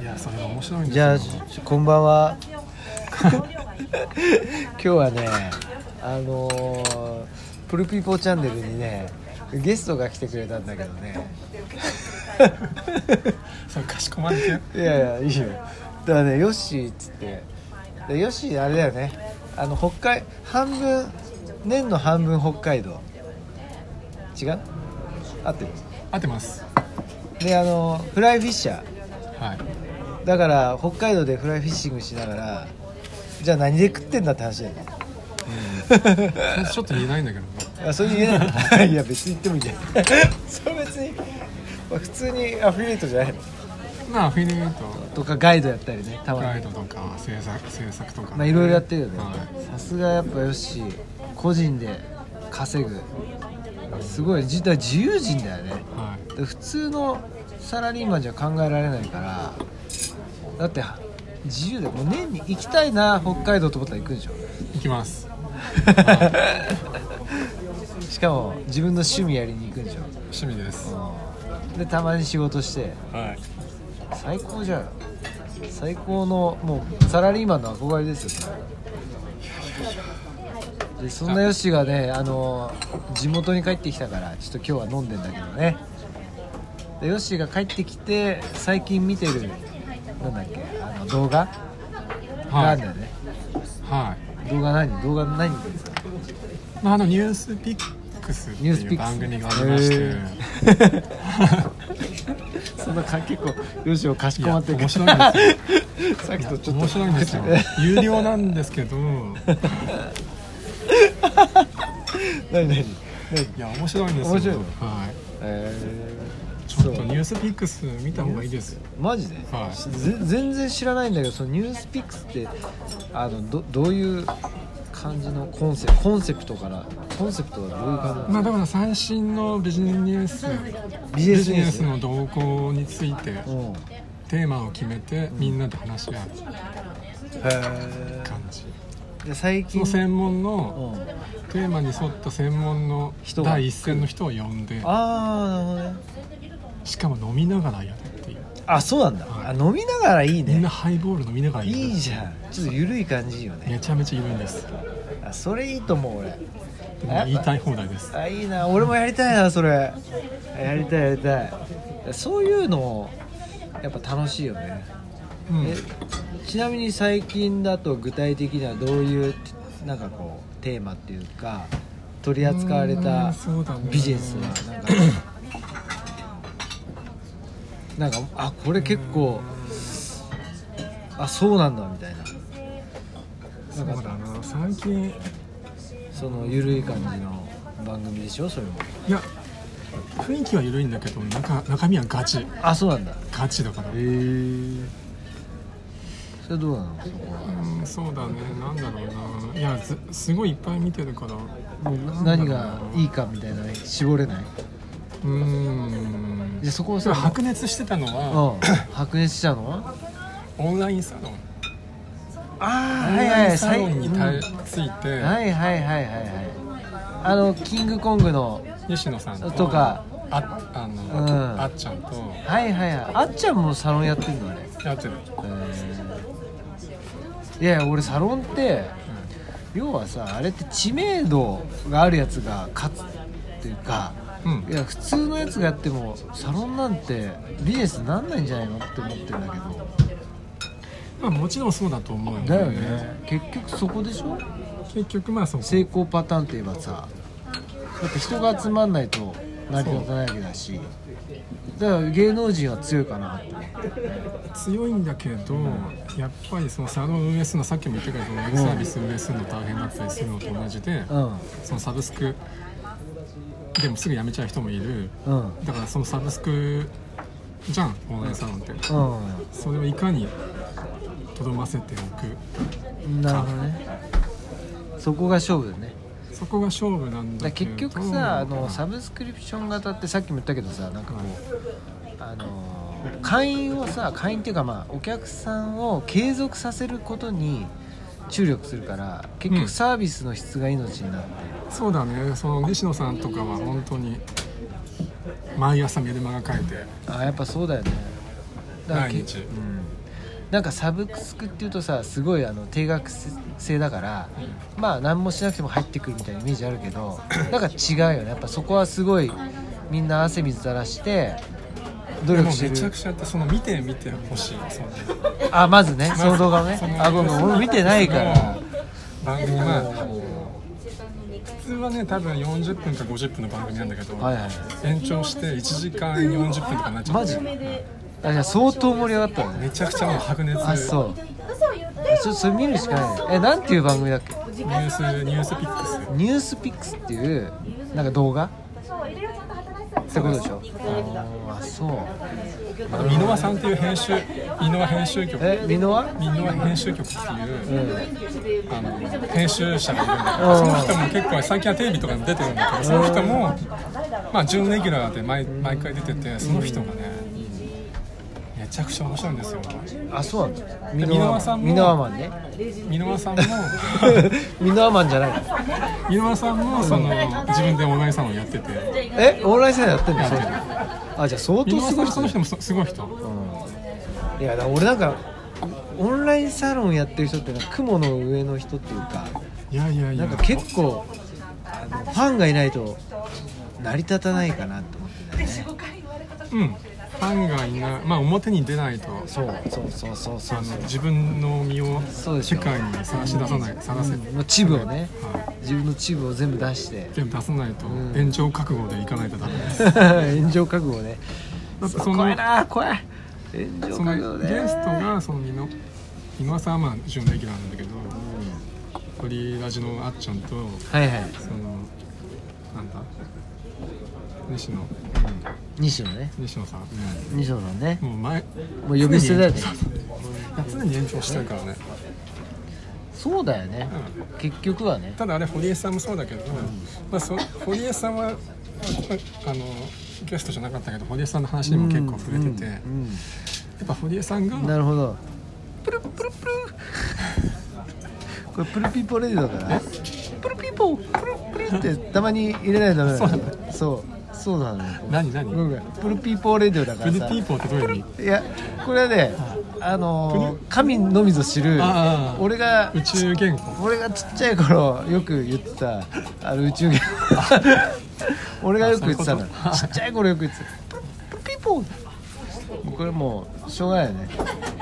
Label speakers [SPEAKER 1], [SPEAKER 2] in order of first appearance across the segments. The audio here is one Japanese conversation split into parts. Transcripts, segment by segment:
[SPEAKER 1] いやそれが面白いんです
[SPEAKER 2] じゃ
[SPEAKER 1] よ
[SPEAKER 2] あこんばんは 今日はねあのープルピーポーチャンネルにねゲストが来てくれたんだけどね
[SPEAKER 1] それかしこまりて
[SPEAKER 2] いやいやいいよだからねヨッシーっつってでヨッシーあれだよねあの北海半分年の半分北海道違う合ってる
[SPEAKER 1] 合ってます
[SPEAKER 2] であのフライフィッシャー
[SPEAKER 1] はい
[SPEAKER 2] だから北海道でフライフィッシングしながらじゃあ何で食ってんだって話だよね
[SPEAKER 1] それちょっと言えないんだけど
[SPEAKER 2] あそれ言え ないいや別に言ってもいいじゃん それ別に、まあ、普通にアフィリエイトじゃないの
[SPEAKER 1] なまあフィリーと
[SPEAKER 2] とかガイドやったりねたま
[SPEAKER 1] ガイ
[SPEAKER 2] に
[SPEAKER 1] ドとか制作制作とか、
[SPEAKER 2] まあいろいろやってるよね
[SPEAKER 1] は
[SPEAKER 2] さすがやっぱよし個人で稼ぐすごい自だから自由人だよね
[SPEAKER 1] い、はい
[SPEAKER 2] で普通のサラリーマンじゃ考えられないからだって自由でもう年に行きたいな北海道と思ったら行くんでしょ
[SPEAKER 1] 行きます
[SPEAKER 2] しかも自分の趣味やりに行くんでし
[SPEAKER 1] 趣味です
[SPEAKER 2] ょでたまに仕事して
[SPEAKER 1] はい
[SPEAKER 2] 最高じゃん最高のもうサラリーマンの憧れですよねでそんなヨシがねあの地元に帰ってきたからちょっと今日は飲んでんだけどねでヨシが帰ってきて最近見てるなんだっけあの動画が
[SPEAKER 1] は
[SPEAKER 2] あ
[SPEAKER 1] い
[SPEAKER 2] るんだよね、
[SPEAKER 1] はい
[SPEAKER 2] 動画何動画何見てるんですか
[SPEAKER 1] まあ、あのニュースピックスって
[SPEAKER 2] ニュース
[SPEAKER 1] い
[SPEAKER 2] ピ
[SPEAKER 1] う
[SPEAKER 2] ックス
[SPEAKER 1] 番組がありまして、
[SPEAKER 2] へそんなか結構ヨシをかし
[SPEAKER 1] い
[SPEAKER 2] こ
[SPEAKER 1] や
[SPEAKER 2] まってる
[SPEAKER 1] 面白いんですよ
[SPEAKER 2] さっきとちょっと
[SPEAKER 1] 面白いんですよ有料なんですけどい
[SPEAKER 2] 何何何
[SPEAKER 1] や面白いんですよ
[SPEAKER 2] 面白いの
[SPEAKER 1] は
[SPEAKER 2] え
[SPEAKER 1] い、
[SPEAKER 2] ー、
[SPEAKER 1] ちょ
[SPEAKER 2] そ
[SPEAKER 1] っと
[SPEAKER 2] う
[SPEAKER 1] ニュースピックス見た方がいいですよ
[SPEAKER 2] マジで、
[SPEAKER 1] はい
[SPEAKER 2] しぜ全然知らないんだけどそのニュースピックスってあのどどういう感じのコンセコンセプトからコンセプトはどういう感じな
[SPEAKER 1] まあだから最新のビジネスニュース
[SPEAKER 2] ビジネ
[SPEAKER 1] ビ
[SPEAKER 2] ス
[SPEAKER 1] ジ
[SPEAKER 2] ニュ
[SPEAKER 1] ネ
[SPEAKER 2] ー
[SPEAKER 1] ス
[SPEAKER 2] ス
[SPEAKER 1] の動向について
[SPEAKER 2] うんへ
[SPEAKER 1] テーマを決めてみんなで話し合う
[SPEAKER 2] え
[SPEAKER 1] 感じ
[SPEAKER 2] 最
[SPEAKER 1] そ
[SPEAKER 2] 近
[SPEAKER 1] の専門
[SPEAKER 2] う
[SPEAKER 1] の
[SPEAKER 2] ん、
[SPEAKER 1] テーマに沿った専門の
[SPEAKER 2] 人が
[SPEAKER 1] 第一線の人を呼んで
[SPEAKER 2] ああなるほどね
[SPEAKER 1] しかも飲みながらやるっていう
[SPEAKER 2] あそうなんだ、あ飲みながらい
[SPEAKER 1] み
[SPEAKER 2] い
[SPEAKER 1] んな
[SPEAKER 2] ね
[SPEAKER 1] ハイボール飲みながらやる
[SPEAKER 2] いいじゃんちょっと緩い感じいいよね
[SPEAKER 1] めちゃめちゃ緩いんです
[SPEAKER 2] あそれいいと思う俺
[SPEAKER 1] でも言いたい放題です
[SPEAKER 2] あいいな俺もやりたいなそれやりたいやりたいそういうのやっぱ楽しいよね、
[SPEAKER 1] うん
[SPEAKER 2] えちなみに最近だと具体的にはどういうなんかこうテーマっていうか取り扱われ
[SPEAKER 1] う
[SPEAKER 2] た
[SPEAKER 1] んそうだね
[SPEAKER 2] ビジネスはなんかなんかあこれ結構あそうなんだみたいな
[SPEAKER 1] そうだな最近
[SPEAKER 2] その緩い感じの番組でしょそれも
[SPEAKER 1] いや雰囲気は緩いんだけど中中身はガチ
[SPEAKER 2] あそうなんだ
[SPEAKER 1] ガチだから
[SPEAKER 2] へえそれどうなのそこ
[SPEAKER 1] うんそうだねなんだろうないやずすごいいっぱい見てるから
[SPEAKER 2] はもう何がいいかみたいなね絞れない
[SPEAKER 1] うん
[SPEAKER 2] でそこを
[SPEAKER 1] そ
[SPEAKER 2] さ
[SPEAKER 1] れ白熱してたのは
[SPEAKER 2] うん白熱したのは
[SPEAKER 1] オンラインサロン
[SPEAKER 2] あ
[SPEAKER 1] オンラインサロンにたついて、
[SPEAKER 2] はいはいはいはいはいあのキングコングの
[SPEAKER 1] 西野さんと
[SPEAKER 2] とか
[SPEAKER 1] ああの、
[SPEAKER 2] うん
[SPEAKER 1] あっちゃんと
[SPEAKER 2] はいはいはいあっちゃんもサロンやってんのね
[SPEAKER 1] やってる
[SPEAKER 2] いやいや俺サロンって要はさあれって知名度があるやつが勝つっていうか
[SPEAKER 1] うん
[SPEAKER 2] いや普通のやつがやってもサロンなんてビジネスになんないんじゃないのって思ってるんだけど
[SPEAKER 1] まあもちろんそうだと思うよ
[SPEAKER 2] だよね結局そこでしょ
[SPEAKER 1] 結局まあそこ
[SPEAKER 2] 成功パターンといえばさだって人が集まんないと成り立たないわけだしだから芸能人は強いかなって
[SPEAKER 1] 強いんだけど、やっぱりそのサロン運営するのさっきも言ったけどウェブサービス運営するの大変だったりするのと同じで、
[SPEAKER 2] うん
[SPEAKER 1] そのサブスクでもすぐ辞めちゃう人もいる
[SPEAKER 2] うん
[SPEAKER 1] だからそのサブスクじゃんオンラインサロンって、
[SPEAKER 2] う
[SPEAKER 1] それをいかにとどませてお
[SPEAKER 2] んなるほどねそこが勝負だね
[SPEAKER 1] くそこが勝負なんだ
[SPEAKER 2] だから
[SPEAKER 1] けど
[SPEAKER 2] 結局さあのサ
[SPEAKER 1] ブ
[SPEAKER 2] ブスクリプション型ってさっきも言ったけどさなんかこうあのー会員をさ会員っていうかまあお客さんを継続させることに注力するから結
[SPEAKER 1] うん
[SPEAKER 2] 局サービスの質が命になって、
[SPEAKER 1] そうだねその西野さんとかは本当に毎朝メルマガ書いて
[SPEAKER 2] あやっぱそうだよねだから
[SPEAKER 1] 毎日
[SPEAKER 2] うんなんかサブスクっていうとさすごいあの定額制だから、まあ何もしなくても入ってくるみたいなイメージあるけどなんか違うよねやっぱそこはすごいみんな汗水垂らして努
[SPEAKER 1] でも
[SPEAKER 2] 力
[SPEAKER 1] め
[SPEAKER 2] して
[SPEAKER 1] ちゃ
[SPEAKER 2] る
[SPEAKER 1] くちゃやってその見て見てほしいその
[SPEAKER 2] あまずね
[SPEAKER 1] ず
[SPEAKER 2] その動画をね
[SPEAKER 1] その
[SPEAKER 2] あごめん俺見てないから
[SPEAKER 1] 番組まあ普通はね多分40分か50分の番組なんだけど、
[SPEAKER 2] はいはい
[SPEAKER 1] 延長して1時間40分とかになっちゃって
[SPEAKER 2] マジあじゃあ相当盛り上がったよね
[SPEAKER 1] めちゃくちゃもう白熱
[SPEAKER 2] あそう
[SPEAKER 3] 嘘言って
[SPEAKER 2] ちょそれ見るしかないねえなんていう番組だっけ
[SPEAKER 1] ニュースニュースピックス
[SPEAKER 2] 「ニュースピックスっていうなんか動画
[SPEAKER 3] そういろいろちゃんと働いてたん
[SPEAKER 2] っ
[SPEAKER 3] で
[SPEAKER 2] て
[SPEAKER 3] す
[SPEAKER 2] こ
[SPEAKER 3] よ
[SPEAKER 2] とでしょあーあそう
[SPEAKER 1] あと箕輪さんっていう編集箕輪編集局
[SPEAKER 2] え
[SPEAKER 1] 箕
[SPEAKER 2] ミノワ
[SPEAKER 1] 輪編集局っていう、あの編集者がいるんだけ
[SPEAKER 2] う
[SPEAKER 1] ど
[SPEAKER 2] ん
[SPEAKER 1] その人も結構最近はテレビとかに出てるんだけどその人もまあ準レギュラーで毎毎回出ててその人がねめちゃくちゃ面白いんですよ
[SPEAKER 2] あそうなんだミ
[SPEAKER 1] ノワさんも
[SPEAKER 2] ミノワマンね
[SPEAKER 1] 箕輪さんも
[SPEAKER 2] ミノワマンじゃないの
[SPEAKER 1] 箕輪さんもその自分でオンラインサロンやってて
[SPEAKER 2] えオンラインサロンやってんのそうあじゃあ相
[SPEAKER 1] 箕
[SPEAKER 2] 当
[SPEAKER 1] 輪さ
[SPEAKER 2] すご
[SPEAKER 1] ん
[SPEAKER 2] い
[SPEAKER 1] その
[SPEAKER 2] 人だ
[SPEAKER 1] 人もすすごい人
[SPEAKER 2] いやだから俺なんかオンラインサロンやってる人ってなんか雲の上の人っていうか
[SPEAKER 1] いやいやい
[SPEAKER 2] な
[SPEAKER 1] や
[SPEAKER 2] んか結構あのファンがいないと成り立たないかなと思ってたよね
[SPEAKER 1] うんファンがいないまあ表に出ないと
[SPEAKER 2] そうそうそうそうそ
[SPEAKER 1] あ
[SPEAKER 2] う
[SPEAKER 1] の
[SPEAKER 2] そう
[SPEAKER 1] 自分の身を
[SPEAKER 2] そうでし
[SPEAKER 1] 世
[SPEAKER 2] ょ
[SPEAKER 1] 界に探し出さない探せ、
[SPEAKER 2] もうチブをね
[SPEAKER 1] は
[SPEAKER 2] 自分のチブを全部出して
[SPEAKER 1] い、全部出さないと
[SPEAKER 2] ん
[SPEAKER 1] 延長覚悟でいかないとダメです
[SPEAKER 2] 炎上覚悟ね
[SPEAKER 1] だってその
[SPEAKER 2] 怖いな怖い炎上
[SPEAKER 1] その
[SPEAKER 2] 覚悟
[SPEAKER 1] ゲ
[SPEAKER 2] ね
[SPEAKER 1] ストがその美濃美濃さんはまあ準レギュラーなんだけど鳥ラジのあっちゃんと
[SPEAKER 2] はいはい
[SPEAKER 1] そのなんだ西野、
[SPEAKER 2] 西野ね
[SPEAKER 1] 西野さん、
[SPEAKER 2] 西野さんね
[SPEAKER 1] もう前
[SPEAKER 2] もう呼び捨てだよね
[SPEAKER 1] 常に延長してるからね
[SPEAKER 2] そうだよね、結局はね
[SPEAKER 1] ただあれ堀江さんもそうだけど、まあ、そ堀江さんはあのゲストじゃなかったけど堀江さんの話にも結構触れてて、や
[SPEAKER 2] うん
[SPEAKER 1] っぱ堀江さんが
[SPEAKER 2] うんなるほどプルプルプルこれプルピーポレディだからプルピーポープルプルってたまに入れないとダメだねそうそうなのよ
[SPEAKER 1] 何何
[SPEAKER 2] ごめんごめんプルピーポーレディオだか
[SPEAKER 1] プ
[SPEAKER 2] ら
[SPEAKER 1] ルピー
[SPEAKER 2] さ
[SPEAKER 1] ポーってどういう意味
[SPEAKER 2] いやこれはねあのー神のみぞ知る
[SPEAKER 1] ああ
[SPEAKER 2] 俺が
[SPEAKER 1] 宇宙言語
[SPEAKER 2] 俺がちっちゃい頃よく言ってたあの宇宙ゲ 俺がよく言ってたの
[SPEAKER 1] あそういうこと
[SPEAKER 2] ちっちゃい頃よく言ってたプピポこれもうしょうがないよね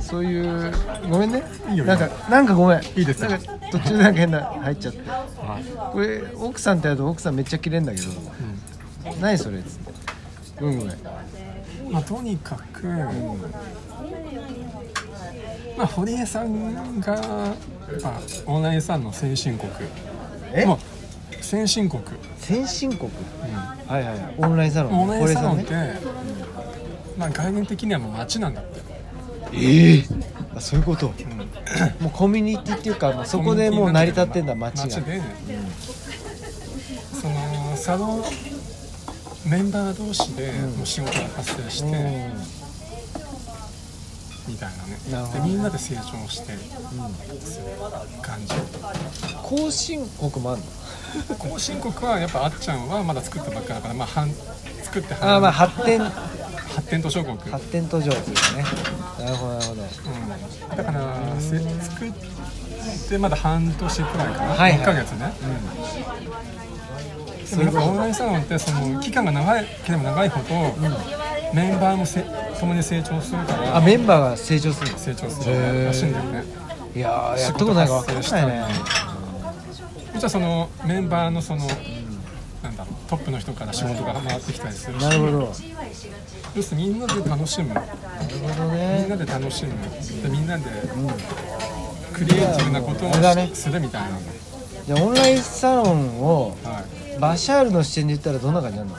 [SPEAKER 2] そういうごめんね
[SPEAKER 1] いいよ
[SPEAKER 2] なんかなんかごめん
[SPEAKER 1] いいですよ
[SPEAKER 2] なんか途中なんか変な入っちゃって
[SPEAKER 1] はい
[SPEAKER 2] これ奥さんってやると奥さんめっちゃキレんだけど、何それっつってごめんごめん
[SPEAKER 1] まあ、とにかく、まあ、堀江さんがやっぱオンラインさんの先進国
[SPEAKER 2] え
[SPEAKER 1] もう先進国、
[SPEAKER 2] 先進国、はいはいはいオンラインサロン
[SPEAKER 1] オンラインサロンっ
[SPEAKER 2] ね
[SPEAKER 1] て、まあ、概念的にはもう街なんだって
[SPEAKER 2] ええあそういうこと、もうコミュニティっていうかもうそこでもう成り立ってんだ街が
[SPEAKER 1] 街で、そのサロンメンバー同士でもう仕事が発生して、みたいなね
[SPEAKER 2] なるほど
[SPEAKER 1] でみんなで成長してる、感じ
[SPEAKER 2] 後進国もあるの
[SPEAKER 1] 後進国はやっぱあっちゃんはまだ作ったばっかだから、まあ、半作って半
[SPEAKER 2] ああまあ発展
[SPEAKER 1] 発展途上国、うん、だ
[SPEAKER 2] 発展途上っていうねなるほどなるほど
[SPEAKER 1] からせ作ってまだ半年くらいかな、
[SPEAKER 2] はいはい
[SPEAKER 1] 1ヶ月ね、でもやっぱオンラインサロンってその期間が長ければ長いほど、メンバーもせ共に成長するから
[SPEAKER 2] あメンバーが成長するんです
[SPEAKER 1] 成長するらしいんだよね
[SPEAKER 2] いやーやったことないから分かんないね
[SPEAKER 1] もちろんそのメンバーのその、なんだろうトップの人から仕事が回ってきたりするし
[SPEAKER 2] なるほどなる
[SPEAKER 1] 要するにみんなで楽しむ
[SPEAKER 2] ほど
[SPEAKER 1] みん
[SPEAKER 2] ね
[SPEAKER 1] なで楽しむでみんなでクリエイティブなことを
[SPEAKER 2] あれだね
[SPEAKER 1] しするみたいなの
[SPEAKER 2] じゃあオンラインサロンを
[SPEAKER 1] はい
[SPEAKER 2] バシャールの視点で言ったらどんな感じなの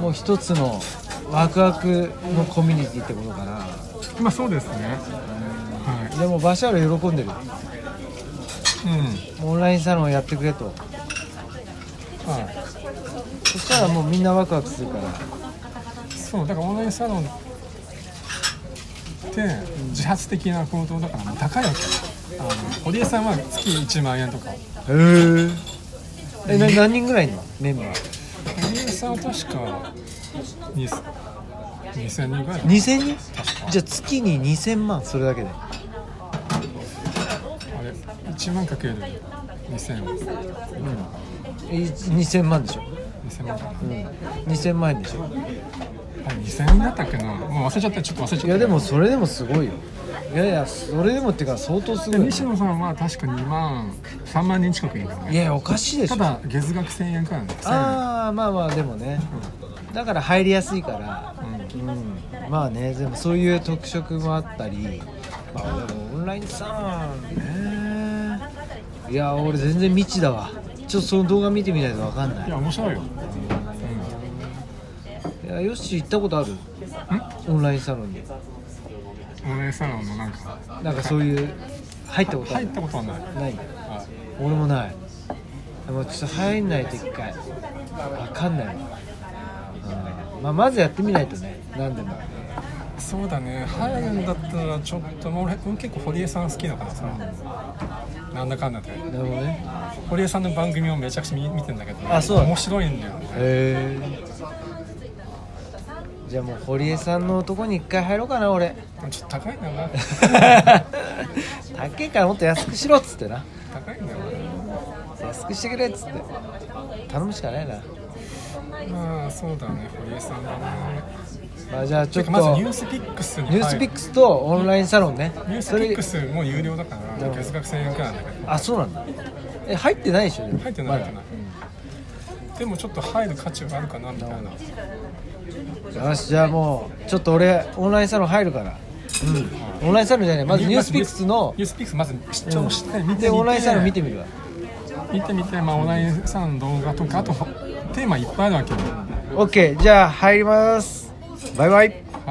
[SPEAKER 2] もう一つのワクワクのコミュニティってことかな
[SPEAKER 1] まあそうですねは
[SPEAKER 2] でもバシャール喜んでる
[SPEAKER 1] いうん
[SPEAKER 2] オンラインサロンやってくれと
[SPEAKER 1] は
[SPEAKER 2] そしたらもうみんなワクワクするから
[SPEAKER 1] いそうだからオンラインサロンって自発的な行動だからもう高いわけあの堀江さんは月1万円とか
[SPEAKER 2] へえな何人ぐらいいんのメンバー
[SPEAKER 1] 堀江さんは確かに2000人ぐらい
[SPEAKER 2] 2000人じゃあ月に2000万それだけで
[SPEAKER 1] あれ1万かける2000
[SPEAKER 2] い2000万でしょ
[SPEAKER 1] 2000万かな、
[SPEAKER 2] 2000万円でしょ
[SPEAKER 1] あれ2000円だったっけなもう忘れちゃったちょっと忘れちゃった
[SPEAKER 2] いやでもそれでもすごいよいやいやそれでもっていうか相当すごいよ
[SPEAKER 1] 西野さんは確か2万3万人近くいるから
[SPEAKER 2] い
[SPEAKER 1] ね
[SPEAKER 2] やいやおかしいでしたょ
[SPEAKER 1] だ月額1000円からね1000
[SPEAKER 2] ああまあまあでもねだから入りやすいから、うんまあねでもそういう特色もあったり、まあ、でもオンラインさんねいや俺全然未知だわちょっとその動画見てみないと分かんな
[SPEAKER 1] 円い
[SPEAKER 2] い
[SPEAKER 1] や面白いよ、
[SPEAKER 2] いやよし行ったことあるオンラインサロンに
[SPEAKER 1] うん、オンラインサロンのなんか
[SPEAKER 2] なんかそういう入ったことあ
[SPEAKER 1] 入
[SPEAKER 2] る
[SPEAKER 1] ったことはない
[SPEAKER 2] ない
[SPEAKER 1] あ
[SPEAKER 2] 俺もないでもちょっと入んないと一回分かんないわ、うんまあ、まずやってみないとね何でも
[SPEAKER 1] そうだね入るんだったらちょっともう俺俺結構堀江さん好きだからさなんだかんだで
[SPEAKER 2] なるほどね
[SPEAKER 1] 堀江さんの番組をめちゃくちゃ見見てんだけど、
[SPEAKER 2] あそう
[SPEAKER 1] 面白いんだよね
[SPEAKER 2] へえじゃあもう堀江さんのとこに一回入ろうかな 俺
[SPEAKER 1] ちょっと高いんだよ な
[SPEAKER 2] 高えからもっと安くしろっつってな
[SPEAKER 1] 高いんだよ
[SPEAKER 2] 安くしてくれっつって頼むしかないな、
[SPEAKER 1] なまあそうだね堀江さんだね
[SPEAKER 2] まあ、じゃあちょ
[SPEAKER 1] て
[SPEAKER 2] っ
[SPEAKER 1] か
[SPEAKER 2] と
[SPEAKER 1] まずニュースピックスに
[SPEAKER 2] ニュースピックスとオンラインサロンね
[SPEAKER 1] ニュース
[SPEAKER 2] そ
[SPEAKER 1] ピ
[SPEAKER 2] れ
[SPEAKER 1] ックスも有料だから
[SPEAKER 2] うん
[SPEAKER 1] 月額1000円くらいなんだけど
[SPEAKER 2] あそうなんだえ入ってないでしょでも
[SPEAKER 1] 入ってない入ってない、でもちょっと入る価値があるかなみたいな
[SPEAKER 2] まだよしじゃあもうちょっと俺オンラインサロン入るからうんオンラインサロンじゃないまずニュースピックスの
[SPEAKER 1] ニュースピックスまず視聴して見てみて、
[SPEAKER 2] でオンラインサロン見てみるわ
[SPEAKER 1] 見てみて、まあ、オンラインさんの動画とかあとテーマいっぱいあるわけよ
[SPEAKER 2] オッケーじゃあ入りますバイバイ